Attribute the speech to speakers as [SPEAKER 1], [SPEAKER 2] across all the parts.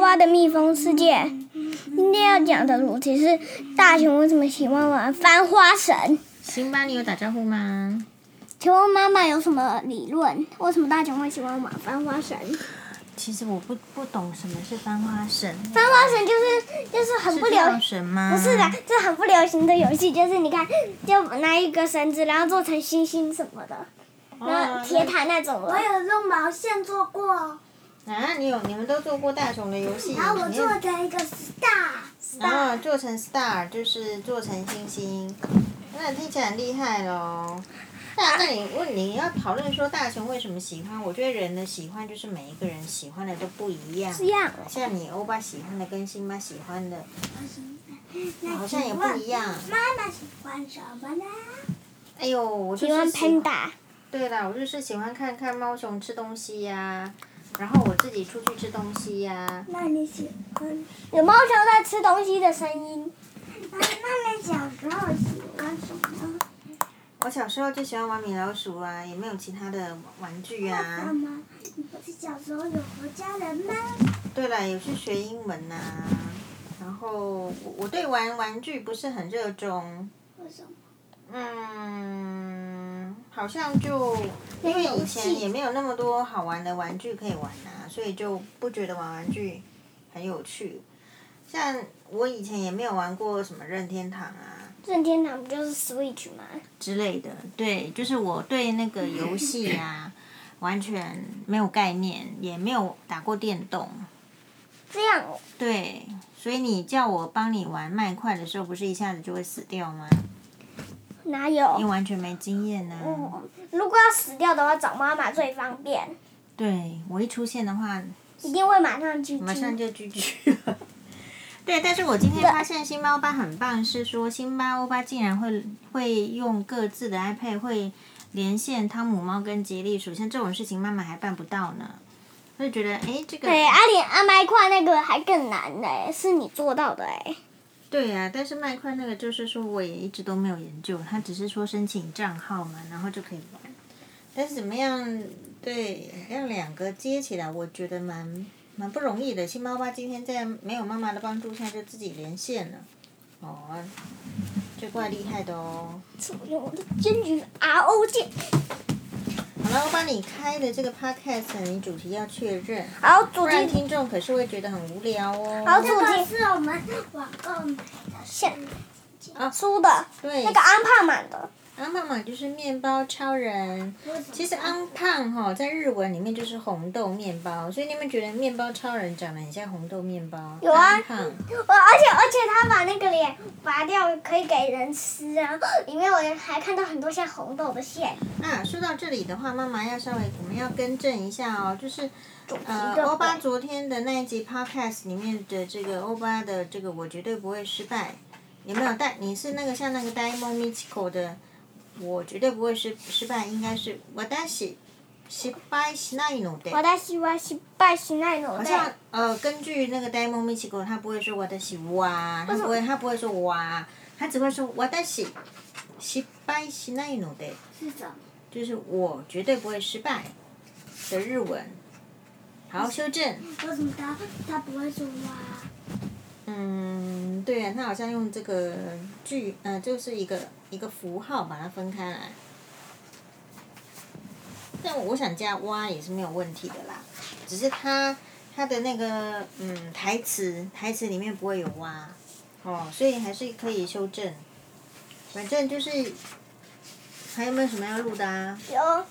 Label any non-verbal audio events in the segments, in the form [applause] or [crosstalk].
[SPEAKER 1] 蛙的蜜蜂世界》。今天要讲的主题是大熊为什么喜欢玩翻花绳。
[SPEAKER 2] 辛巴，你有打招呼吗？
[SPEAKER 1] 请问妈妈有什么理论？为什么大熊会喜欢玩翻花绳？
[SPEAKER 2] 其实我不不懂什么是翻花绳，
[SPEAKER 1] 翻花绳就是就是很
[SPEAKER 2] 是
[SPEAKER 1] 不流
[SPEAKER 2] 跳绳吗？
[SPEAKER 1] 不是的，这很不流行的游戏，就是你看，就拿一个绳子，然后做成星星什么的，
[SPEAKER 2] 哦，
[SPEAKER 1] 然后铁塔那种了。
[SPEAKER 3] 我有用毛线做过，
[SPEAKER 2] 啊，你有你们都做过大熊的游戏，
[SPEAKER 3] 然后我
[SPEAKER 2] 你
[SPEAKER 3] 做
[SPEAKER 2] 有
[SPEAKER 3] 的一个 star
[SPEAKER 2] 然
[SPEAKER 3] star，
[SPEAKER 2] 后做成 star 就是做成星星，那听起来很厉害喽。那那你问你要讨论说大熊为什么喜欢？我觉得人的喜欢就是每一个人喜欢的都不一样，
[SPEAKER 1] 这样，
[SPEAKER 2] 像你欧巴喜欢的跟辛巴喜欢的好
[SPEAKER 3] 那
[SPEAKER 2] 像
[SPEAKER 3] 请
[SPEAKER 2] 也
[SPEAKER 3] 问
[SPEAKER 2] 不一样。
[SPEAKER 3] 妈妈喜欢什么呢？
[SPEAKER 2] 哎呦，我就
[SPEAKER 1] 喜
[SPEAKER 2] 是
[SPEAKER 1] 欢
[SPEAKER 2] 喜欢
[SPEAKER 1] panda，
[SPEAKER 2] 对啦，我就是喜欢看看猫熊吃东西呀、然后我自己出去吃东西呀、
[SPEAKER 3] 那你喜欢？
[SPEAKER 1] 有猫球在吃东西的声音。
[SPEAKER 3] 那那你小时候喜欢什么？
[SPEAKER 2] 我小时候就喜欢玩米老鼠啊，也没有其他的玩具
[SPEAKER 3] 爸
[SPEAKER 2] 啊。
[SPEAKER 3] 妈，你不是小时候有和家人吗？
[SPEAKER 2] 对啦，也是学英文呐、然后我我对玩玩具不是很热衷，
[SPEAKER 3] 为什么？
[SPEAKER 2] 嗯，好像就因为以前也没有那么多好玩的玩具可以玩啊，所以就不觉得玩玩具很有趣。像我以前也没有玩过什么任天堂啊，
[SPEAKER 1] 任天堂不就是 Switch 吗？
[SPEAKER 2] 之类的。对，就是我对那个游戏啊，完全没有概念，也没有打过电动。
[SPEAKER 1] 这样哦，
[SPEAKER 2] 对，所以你叫我帮你玩麦块的时候，不是一下子就会死掉吗？
[SPEAKER 1] 哪有
[SPEAKER 2] 你？完全没经验呢、啊。
[SPEAKER 1] 嗯，如果要死掉的话，找妈妈最方便，
[SPEAKER 2] 对我一出现的话，
[SPEAKER 1] 一定会马上去
[SPEAKER 2] 马上
[SPEAKER 1] 听。
[SPEAKER 2] 就 GG 了。 [laughs] 对，但是我今天发现辛巴欧巴很棒，是说辛巴欧巴竟然会会用各自的 iPad 会连线汤姆猫跟杰利鼠，像这种事情妈妈还办不到呢。我就觉得，哎，这个
[SPEAKER 1] 对，阿里阿麦块那个还更难呢、是你做到的哎、
[SPEAKER 2] 对呀、但是麦块那个就是说，我也一直都没有研究，他只是说申请账号嘛，然后就可以玩。但是怎么样，对，让两个接起来，我觉得蛮蛮不容易的。新猫爸今天在没有妈妈的帮助下，就自己连线了，哦，这怪厉害的哦。
[SPEAKER 1] 是我用我的金鱼 RO 键。
[SPEAKER 2] 好了，我把你开的这个 podcast，你主题要确认，
[SPEAKER 1] 好，主
[SPEAKER 2] 不然
[SPEAKER 1] 题
[SPEAKER 2] 听众可是会觉得很无聊哦。
[SPEAKER 1] 好
[SPEAKER 3] 这个是我们网购买的，
[SPEAKER 1] 现
[SPEAKER 2] 啊
[SPEAKER 1] 出的
[SPEAKER 2] 对，
[SPEAKER 1] 那个安帕满的，
[SPEAKER 2] 阿妈妈就是面包超人。
[SPEAKER 3] 为什么
[SPEAKER 2] 其实安胖哈，在日文里面就是红豆面包，所以你们觉得面包超人长得很像红豆面包？
[SPEAKER 1] 有啊
[SPEAKER 2] 安胖，
[SPEAKER 1] 我而且而且他把那个脸拔掉，可以给人吃啊。里面我还看到很多像红豆的线，
[SPEAKER 2] 啊，说到这里的话，妈妈要稍微我们要更正一下哦，就是
[SPEAKER 1] 主题
[SPEAKER 2] 呃，
[SPEAKER 1] 的
[SPEAKER 2] 欧巴昨天的那一集 podcast 里面的这个欧巴的这个我绝对不会失败，有没有？但你是那个像那个 Diamond Michiko 的，我绝对不会失失败，应该是我但是失败しないので。
[SPEAKER 1] 我在西瓜西拜西奈努
[SPEAKER 2] 好
[SPEAKER 1] 内，
[SPEAKER 2] 像呃，根据那个 Diamond m i c h i k o 他不会说我的喜哇，他不会，他不会说哇，他只会说我的喜，失败しないので，
[SPEAKER 3] 是什么？
[SPEAKER 2] 就是我绝对不会失败的日文。好，修正。
[SPEAKER 3] 为什么他他不会说哇？
[SPEAKER 2] 嗯，对啊，他好像用这个句，呃，就是一个一个符号把它分开来。但我想加哇也是没有问题的啦，只是他他的那个嗯台词台词里面不会有哇，哦，所以还是可以修正。反正就是还有没有什么要录的啊？
[SPEAKER 1] 有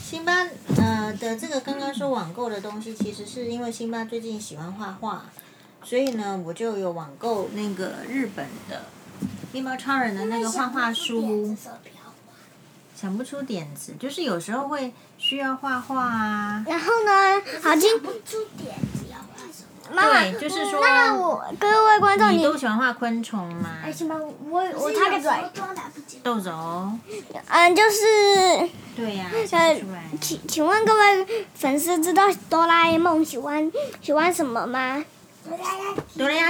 [SPEAKER 2] 辛巴呃的这个刚刚说网购的东西，其实是因为辛巴最近喜欢画画，所以呢，我就有网购那个日本的面包超人的那个画画书，想不出点子，就是有时候会需要画画啊。
[SPEAKER 1] 然后呢，好今
[SPEAKER 3] 不出点子要画什么？
[SPEAKER 1] 妈妈，
[SPEAKER 2] 对就是说
[SPEAKER 1] 那我各位观众
[SPEAKER 2] 你
[SPEAKER 1] 你，
[SPEAKER 2] 都喜欢画昆虫吗？
[SPEAKER 1] 哎，什么？我我插
[SPEAKER 3] 他
[SPEAKER 1] 个嘴，
[SPEAKER 3] 都来不及。
[SPEAKER 2] 豆轴，
[SPEAKER 1] 嗯，就是。
[SPEAKER 2] 对呀、想
[SPEAKER 1] 呃
[SPEAKER 2] 不出来，
[SPEAKER 1] 请请问各位粉丝知道哆啦 A 梦喜欢喜欢什么吗？
[SPEAKER 3] 哆啦 A 梦
[SPEAKER 2] 哆啦 A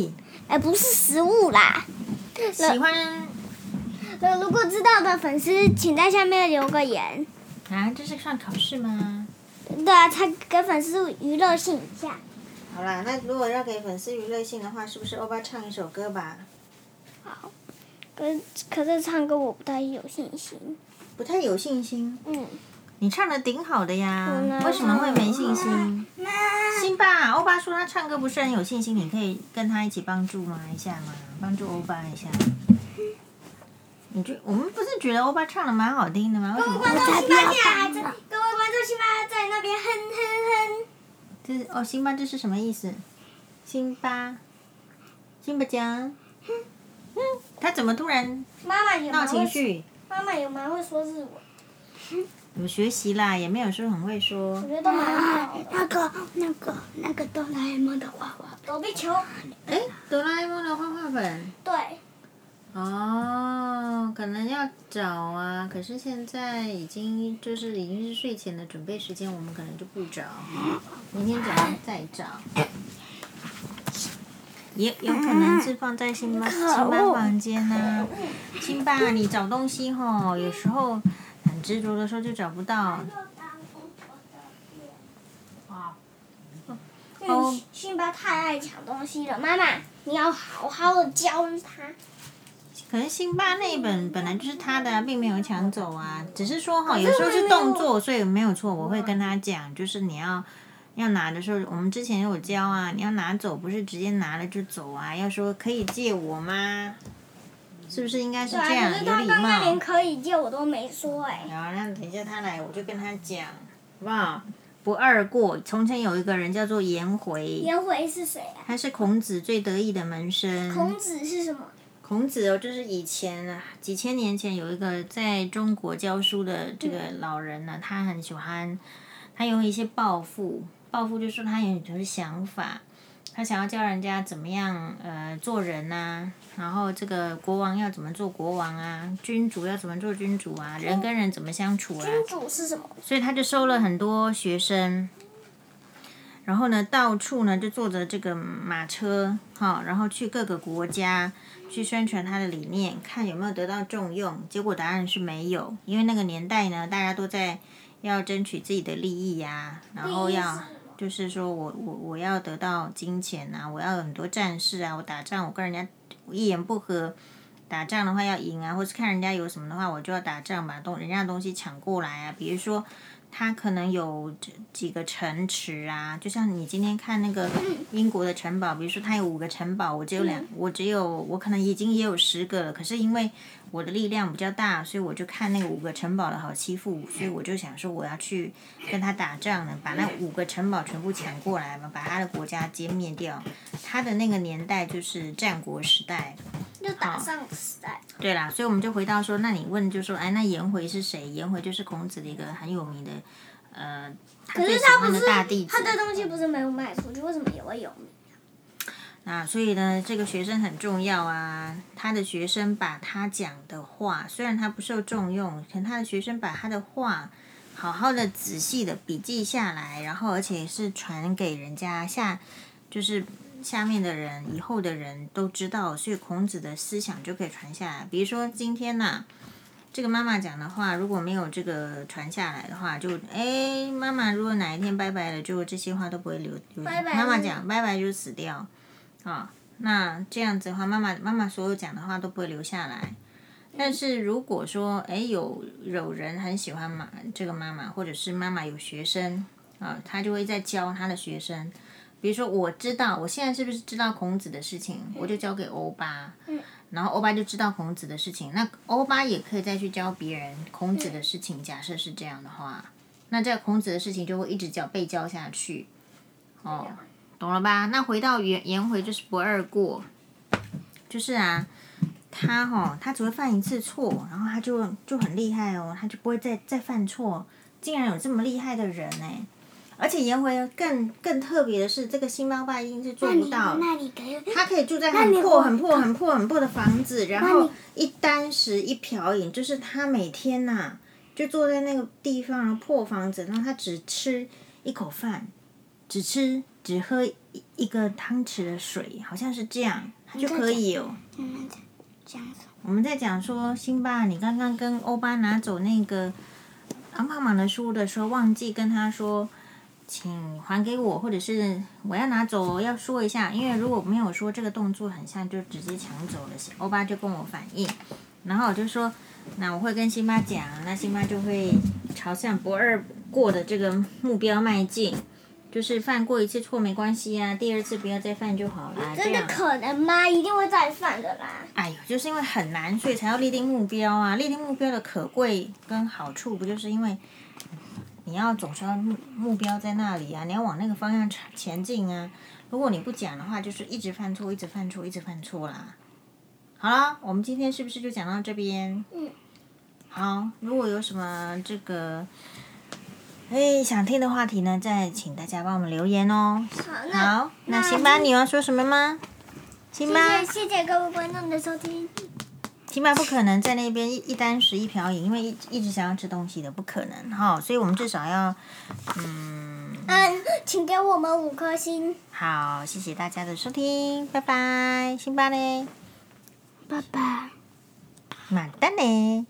[SPEAKER 2] 梦
[SPEAKER 1] 哎，不是食物啦。
[SPEAKER 2] 喜欢
[SPEAKER 1] 呃，如果知道的粉丝，请在下面留个言。
[SPEAKER 2] 啊，这是算考试吗？
[SPEAKER 1] 对啊，他给粉丝娱乐性一下。
[SPEAKER 2] 啊、好啦，那如果要给粉丝娱乐性的话，是不是欧巴唱一首歌吧？
[SPEAKER 1] 好，可是可是唱歌我不太有信心。
[SPEAKER 2] 不太有信心。
[SPEAKER 1] 嗯，
[SPEAKER 2] 你唱的挺好的呀
[SPEAKER 1] 嗯啊，嗯啊
[SPEAKER 2] 为什么会没信心？
[SPEAKER 3] 妈，
[SPEAKER 2] 辛巴，欧巴说他唱歌不是很有信心，你可以跟他一起帮助吗？一下吗？帮助欧巴一下。你觉我们不是觉得欧巴唱的蛮好听的吗？为什么
[SPEAKER 1] 观
[SPEAKER 2] 欧
[SPEAKER 1] 众
[SPEAKER 2] 巴？
[SPEAKER 3] 才
[SPEAKER 1] 辛
[SPEAKER 3] 不要
[SPEAKER 1] 巴竟然还在，
[SPEAKER 3] 帮呢
[SPEAKER 1] 各位观众辛巴在那边哼哼哼。
[SPEAKER 2] 这是哦，辛巴这是什么意思？辛巴，辛巴讲，嗯，他怎么突然
[SPEAKER 1] 妈妈也
[SPEAKER 2] 闹
[SPEAKER 1] 蛮
[SPEAKER 2] 情
[SPEAKER 1] 会，
[SPEAKER 2] 绪？
[SPEAKER 1] 妈妈也蛮会说日文，
[SPEAKER 2] 有学习啦，也没有说很会说
[SPEAKER 1] 我。觉得都蛮好
[SPEAKER 3] 啊
[SPEAKER 1] 的。
[SPEAKER 3] 那个那个那个哆啦 A 梦的画画，
[SPEAKER 1] 躲避球，
[SPEAKER 2] 哎，哆啦 A 梦的画画本
[SPEAKER 1] 对，
[SPEAKER 2] 哦，可能要找啊。可是现在已经就是已经是睡前的准备时间，我们可能就不找，明天早上再找。也有可能是放在辛巴辛巴房间呐、辛巴，你找东西吼，有时候很执着的时候就找不到。哦
[SPEAKER 1] 嗯，辛巴太爱抢东西了，妈妈，你要好好的教他。
[SPEAKER 2] 可是辛巴那一本本来就是他的、啊，并没有抢走啊，只是说哈，有时候是动作，所以没有错。我会跟他讲，就是你要要拿的时候，我们之前有教啊，你要拿走，不是直接拿了就走啊，要说可以借我吗？是不是应该是
[SPEAKER 1] 对
[SPEAKER 2] 这
[SPEAKER 1] 啊，
[SPEAKER 2] 样
[SPEAKER 1] 可是
[SPEAKER 2] 有
[SPEAKER 1] 他
[SPEAKER 2] 礼
[SPEAKER 1] 刚刚连
[SPEAKER 2] 貌？
[SPEAKER 1] 可以借我都没说哎、
[SPEAKER 2] 然后那等一下他来，我就跟他讲，好不好？不二过。从前有一个人叫做颜回，
[SPEAKER 1] 颜回是谁啊？
[SPEAKER 2] 他是孔子最得意的门生。
[SPEAKER 1] 孔子是什么？
[SPEAKER 2] 孔子哦，就是以前啊，几千年前有一个在中国教书的这个
[SPEAKER 1] 嗯
[SPEAKER 2] 老人呢、他很喜欢，他有一些抱负，抱负就是说他有很多想法，他想要教人家怎么样呃做人呐、然后这个国王要怎么做国王啊，君主要怎么做君主啊，人跟人怎么相处啊，
[SPEAKER 1] 君主是什么？
[SPEAKER 2] 所以他就收了很多学生，然后呢，到处呢就坐着这个马车，哈、然后去各个国家去宣传他的理念，看有没有得到重用。结果答案是没有，因为那个年代呢，大家都在要争取自己的利益呀、然后
[SPEAKER 1] 利益是
[SPEAKER 2] 要
[SPEAKER 1] 什么
[SPEAKER 2] 就是说我我我要得到金钱啊，我要有很多战士啊，我打仗我跟人家一言不合。打仗的话要赢啊，或是看人家有什么的话，我就要打仗，把东人家的东西抢过来啊。比如说，他可能有这几个城池啊，就像你今天看那个英国的城堡，比如说它有五个城堡，我只有两，我只有我可能已经也有十个了，可是因为我的力量比较大，所以我就看那个五个城堡的好欺负，所以我就想说我要去跟他打仗呢，把那五个城堡全部抢过来嘛，把他的国家歼灭掉。他的那个年代就是战国时代，
[SPEAKER 1] 就打仗时代。
[SPEAKER 2] 对啦，所以我们就回到说，那你问就说，哎，那颜回是谁？颜回就是孔子的一个很有名的，呃，可
[SPEAKER 1] 可是他不
[SPEAKER 2] 的
[SPEAKER 1] 是
[SPEAKER 2] 大弟子
[SPEAKER 1] 他的东西不是没有卖出去，为什么也会有？
[SPEAKER 2] 啊，所以呢，这个学生很重要啊。他的学生把他讲的话，虽然他不受重用，可他的学生把他的话好好的、仔细的笔记下来，然后而且是传给人家下，就是下面的人、以后的人都知道，所以孔子的思想就可以传下来。比如说今天呐、这个妈妈讲的话，如果没有这个传下来的话，就哎，妈妈如果哪一天拜拜了，就这些话都不会留。留
[SPEAKER 1] 拜拜
[SPEAKER 2] 妈妈
[SPEAKER 1] 了
[SPEAKER 2] 讲拜拜就死掉，啊、那这样子的话，妈妈妈妈所有讲的话都不会留下来。但是如果说，哎，有有人很喜欢妈这个妈妈，或者是妈妈有学生啊，他就会在教他的学生。比如说，我知道我现在是不是知道孔子的事情，我就交给欧巴，然后欧巴就知道孔子的事情。那欧巴也可以再去教别人孔子的事情。假设是这样的话，那这个孔子的事情就会一直教被教下去。哦，懂了吧？那回到颜颜回就是不二过，就是啊，他哈、他只会犯一次错，然后他就就很厉害哦，他就不会再再犯错。竟然有这么厉害的人呢、而且颜回更更特别的是，这个辛巴爸一定是做
[SPEAKER 3] 那
[SPEAKER 2] 不
[SPEAKER 3] 你
[SPEAKER 2] 到。
[SPEAKER 3] 那你给
[SPEAKER 2] 他可以住在
[SPEAKER 3] 那
[SPEAKER 2] 很
[SPEAKER 3] 你
[SPEAKER 2] 破、
[SPEAKER 3] 会
[SPEAKER 2] 很破、很破、很破的房子，然后
[SPEAKER 3] 你
[SPEAKER 2] 一箪食一瓢饮，就是他每天呐、就坐在那个地方，然后破房子，然后他只吃一口饭，只吃只喝一一个汤匙的水，好像是这样，他就可以哦。
[SPEAKER 3] 你们讲讲什么？
[SPEAKER 2] 我们在讲说，辛巴，你刚刚跟欧巴拿走那个阿妈妈的书的时候，忘记跟他说，请还给我，或者是我要拿走，要说一下，因为如果没有说这个动作，很像就直接抢走了。欧巴就跟我反映，然后我就说，那我会跟辛巴讲，那辛巴就会朝向不二过的这个目标迈进，就是犯过一次错没关系啊，第二次不要再犯就好啦。这
[SPEAKER 1] 真的
[SPEAKER 2] 样，
[SPEAKER 1] 可能吗？一定会再犯的啦。
[SPEAKER 2] 哎呦，就是因为很难，所以才要立定目标啊。立定目标的可贵跟好处，不就是因为你要总是要目目标在那里啊，你要往那个方向前前进啊。如果你不讲的话，就是一直犯错，一直犯错，一直犯错啦。好了，我们今天是不是就讲到这边？
[SPEAKER 1] 嗯。
[SPEAKER 2] 好，如果有什么这个，哎，想听的话题呢，再请大家帮我们留言哦。
[SPEAKER 1] 好，那
[SPEAKER 2] 好，那辛巴，你有要说什么吗？辛巴。
[SPEAKER 1] 谢谢谢谢各位观众的收听，
[SPEAKER 2] 起码不可能在那边一一单食一瓢饮，因为一一直想要吃东西的不可能哈，所以我们至少要，嗯，
[SPEAKER 1] 嗯，请给我们五颗星，
[SPEAKER 2] 好，谢谢大家的收听，拜拜，辛巴嘞，
[SPEAKER 1] 拜拜。
[SPEAKER 2] 马丹嘞。